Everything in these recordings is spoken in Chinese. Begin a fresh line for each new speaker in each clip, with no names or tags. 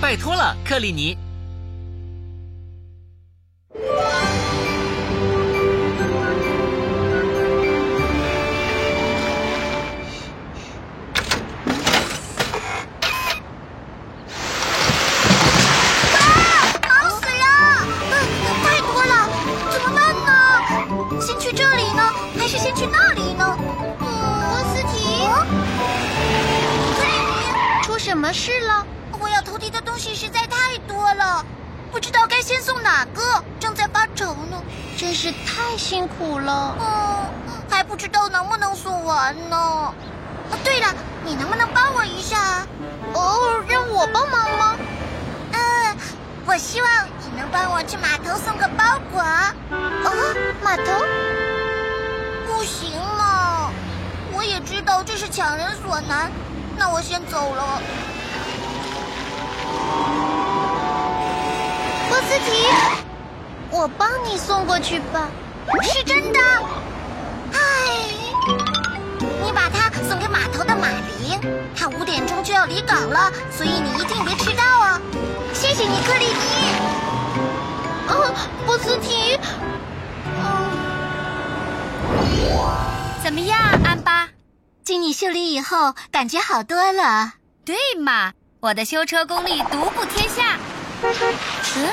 拜托了，克里尼。
忙啊死了！嗯，拜托了，怎么办呢？先去这里呢，还是先去那里呢？哦嗯，罗斯提，克里尼，出什么事了？哎我要投递的东西实在太多了，不知道该先送哪个，正在发愁呢。真是太辛苦了。嗯，还不知道能不能送完呢。哦，对了，你能不能帮我一下啊？哦，让我帮忙吗？嗯，我希望你能帮我去码头送个包裹。啊哦，码头？不行了，我也知道这是强人所难，那我先走了。波斯提，我帮你送过去吧。是真的。唉。你把它送给码头的马林，他五点钟就要离港了，所以你一定别迟到啊！谢谢你，克里尼。哦，波斯提。嗯，哦
怎么样，安巴？
经你修理以后，感觉好多了。
对嘛，我的修车功力独步天下。
嗯，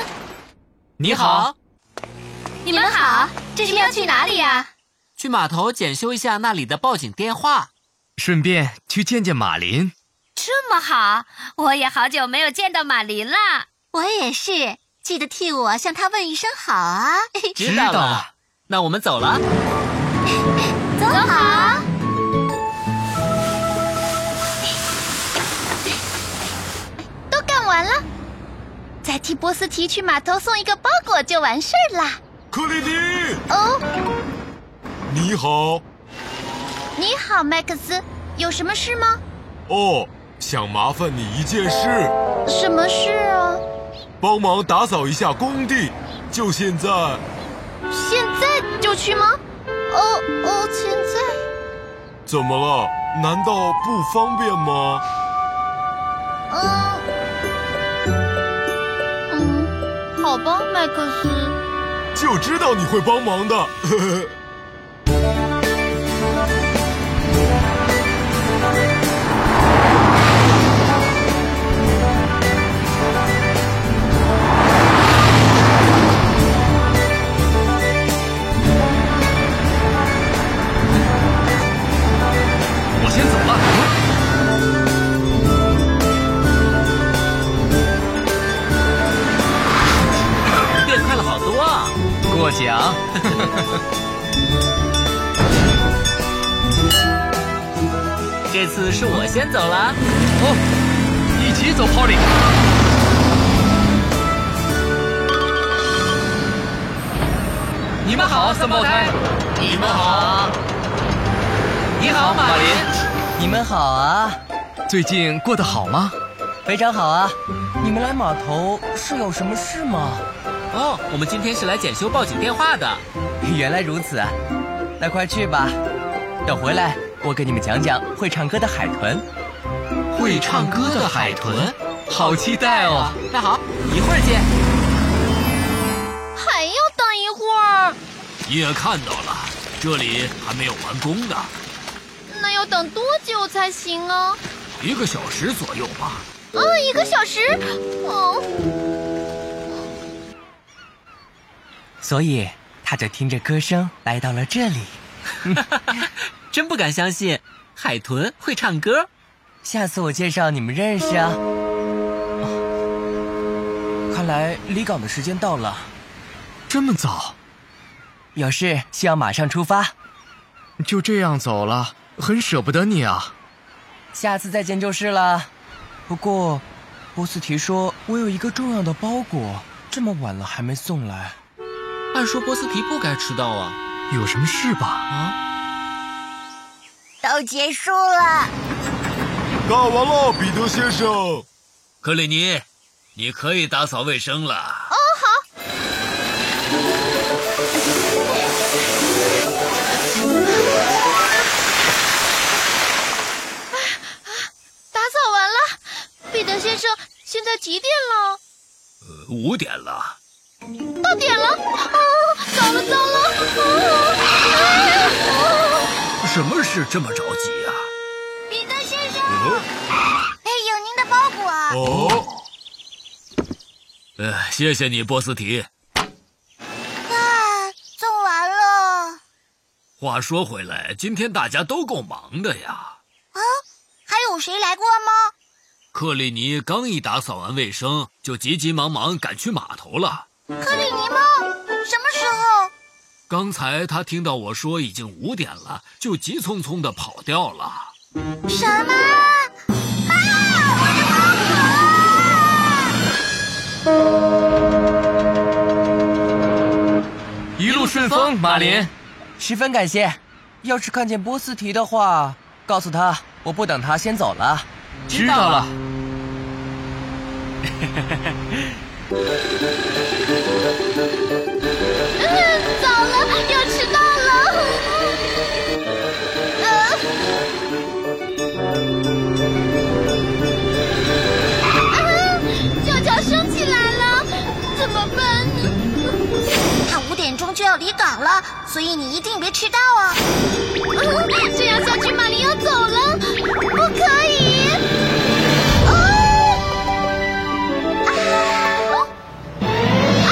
你好，
你们好，这是要去哪里
啊
呀、
去码头检修一下那里的报警电话。
顺便去见见马林。
这么好，我也好久没有见到马林了。
我也是，记得替我向他问一声 好啊。
知道
知道
了
了，
那我们走了。
走好。都干完了，再替波斯提去码头送一个包裹就完事儿啦。
克里尼，
哦，
你好。
你好，麦克斯，有什么事吗？
哦，想麻烦你一件事，
什么事啊？
帮忙打扫一下工地，就现在。
现在就去吗？哦哦，现在，
怎么了？难道不方便吗？
嗯嗯，好吧，麦克斯。
就知道你会帮忙的。
我先走嗯了。
变快了好多啊！
过奖。
这次是我先走了。
哦，一起走，Polly。你们好，三胞胎。
你们好，你好，马林。
你们好啊，
最近过得好吗？
非常好啊！你们来码头是有什么事吗？
哦，我们今天是来检修报警电话的。
原来如此啊，那快去吧。等回来，我给你们讲讲会唱歌的海豚。
会唱歌的海豚，好期待哦！
那好，一会儿见。
还要等一会儿，
你也看到了，这里还没有完工呢，
那要等多久才行啊？
一个小时左右吧。
嗯，一个小时。哦，
所以他就听着歌声来到了这里。
真不敢相信，海豚会唱歌。
下次我介绍你们认识啊。哦看来离港的时间到了，
这么早
有事需要马上出发。
就这样走了，很舍不得你啊。
下次再见就是了。不过，波斯提说我有一个重要的包裹，这么晚了还没送来。
按说波斯提不该迟到啊！
有什么事吧？
啊，
都结束了。
干完了，彼得先生。
克里尼，你可以打扫卫生了。
打扫完了，彼得先生，现在几点了？
五点了，
到点了，啊，糟了糟了，啊！
什么事这么着急啊？
彼得先生，哎，有您的包裹。
哦，呃，谢谢你，波斯提。
啊，送完了，啊
话说回来，今天大家都够忙的呀。
还有谁来过吗？
克里尼刚一打扫完卫生，就急急忙忙赶去码头了。
克里尼猫，什么时候？
刚才他听到我说已经五点了，就急匆匆的跑掉了。
什么？啊！我的包裹！
一路顺风，马林。
十分感谢。要是看见波斯提的话，告诉他我不等他，先走了。
知道了。
嗯，糟了，要迟到了。呃啊舅舅生气来了，怎么办呢？他五点钟就要离港了，所以你一定别迟到啊！这样下去，玛丽要走了，不可以！啊哦，啊，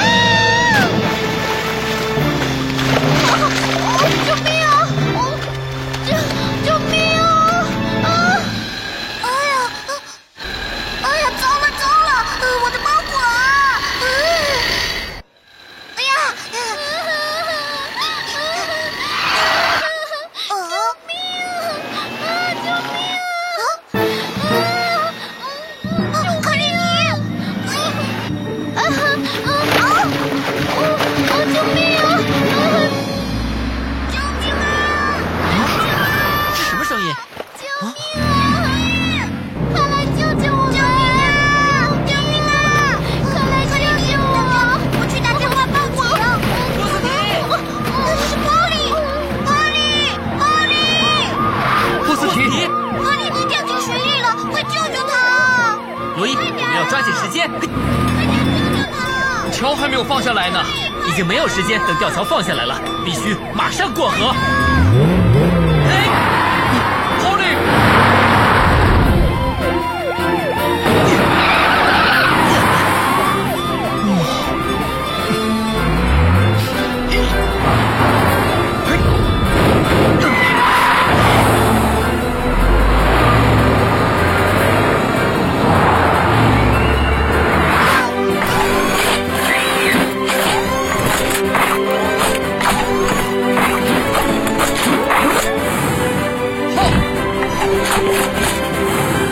啊！哦，救命啊！哦，救救命啊！啊！哎呀！哎呀，糟了糟了！呃我的包裹啊！嗯哎呀！救命！啊！救命！啊！克里尼！啊啊啊！哦，救命啊！救命啊！
什么声音？
救命啊！快来救救我！救命啊！救命啊！快来救救我！我去打电话报警。波斯提，是波利，波利，波利，
波斯提，
波利，你掉进水里了，快救救他啊！
罗伊，我们要抓紧时间，
快点救救他！
桥还没有放下来呢。
已经没有时间等吊桥放下来了，必须马上过河。哎
好嘞。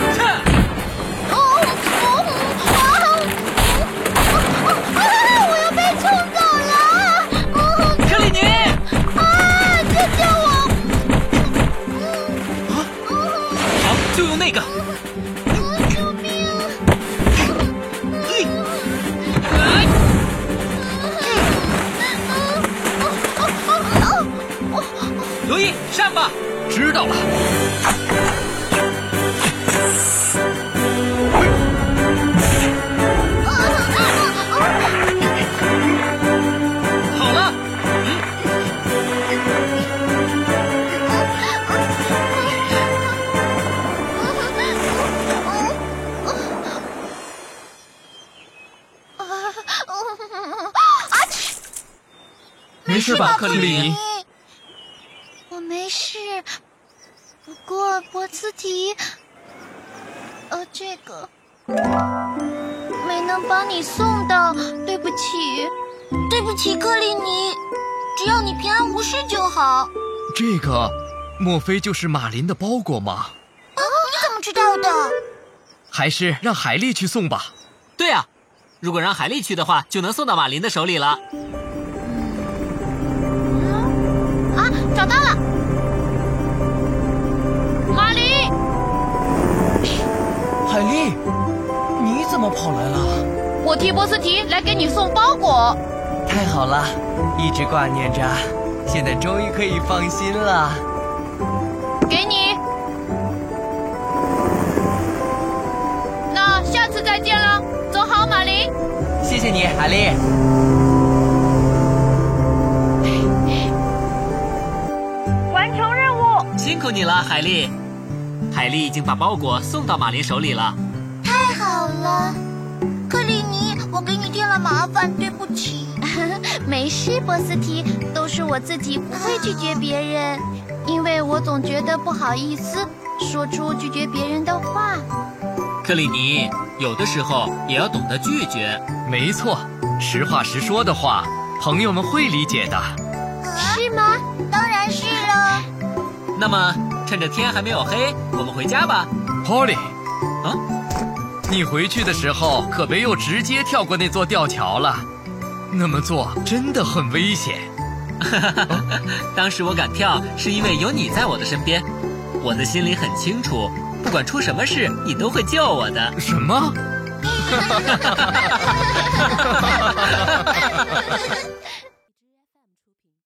哦哦啊！我要被冲走了！哦，
克里尼，
啊！救救我！
好，就用那个。
救命！
罗伊，上吧。
知道了。
好了，
没事吧，克里
你
里？
我没事，不过波斯提，呃，这个没能帮你送到，对不起，对不起，克里尼，只要你平安无事就好。
这个，莫非就是马林的包裹吗？
你怎么知道的？
还是让海莉去送吧。
对啊，如果让海莉去的话，就能送到马林的手里了。
啊，找到了！
玛丽，
海莉，你怎么跑来了？
我替波斯提来给你送包裹。
太好了，一直挂念着，现在终于可以放心了。
给你。那下次再见了，走。
谢你，海丽。
完成任务，
辛苦你了，海丽。海丽已经把包裹送到马林手里了。
太好了，克里尼，我给你添了麻烦，对不起。
没事，波斯提，都是我自己不会拒
啊
绝别人，因为我总觉得不好意思说出拒绝别人的话。
啊
克里尼，有的时候也要懂得拒绝。
没错，实话实说的话，朋友们会理解的。
是吗？
当然是了。
那么，趁着天还没有黑，我们回家吧。
Polly，
啊，
你回去的时候可没有直接跳过那座吊桥了，那么做真的很危 险。哦
当时我敢跳，是因为有你在我的身边。我的心里很清楚，不管出什么事，你都会救我的。
什么？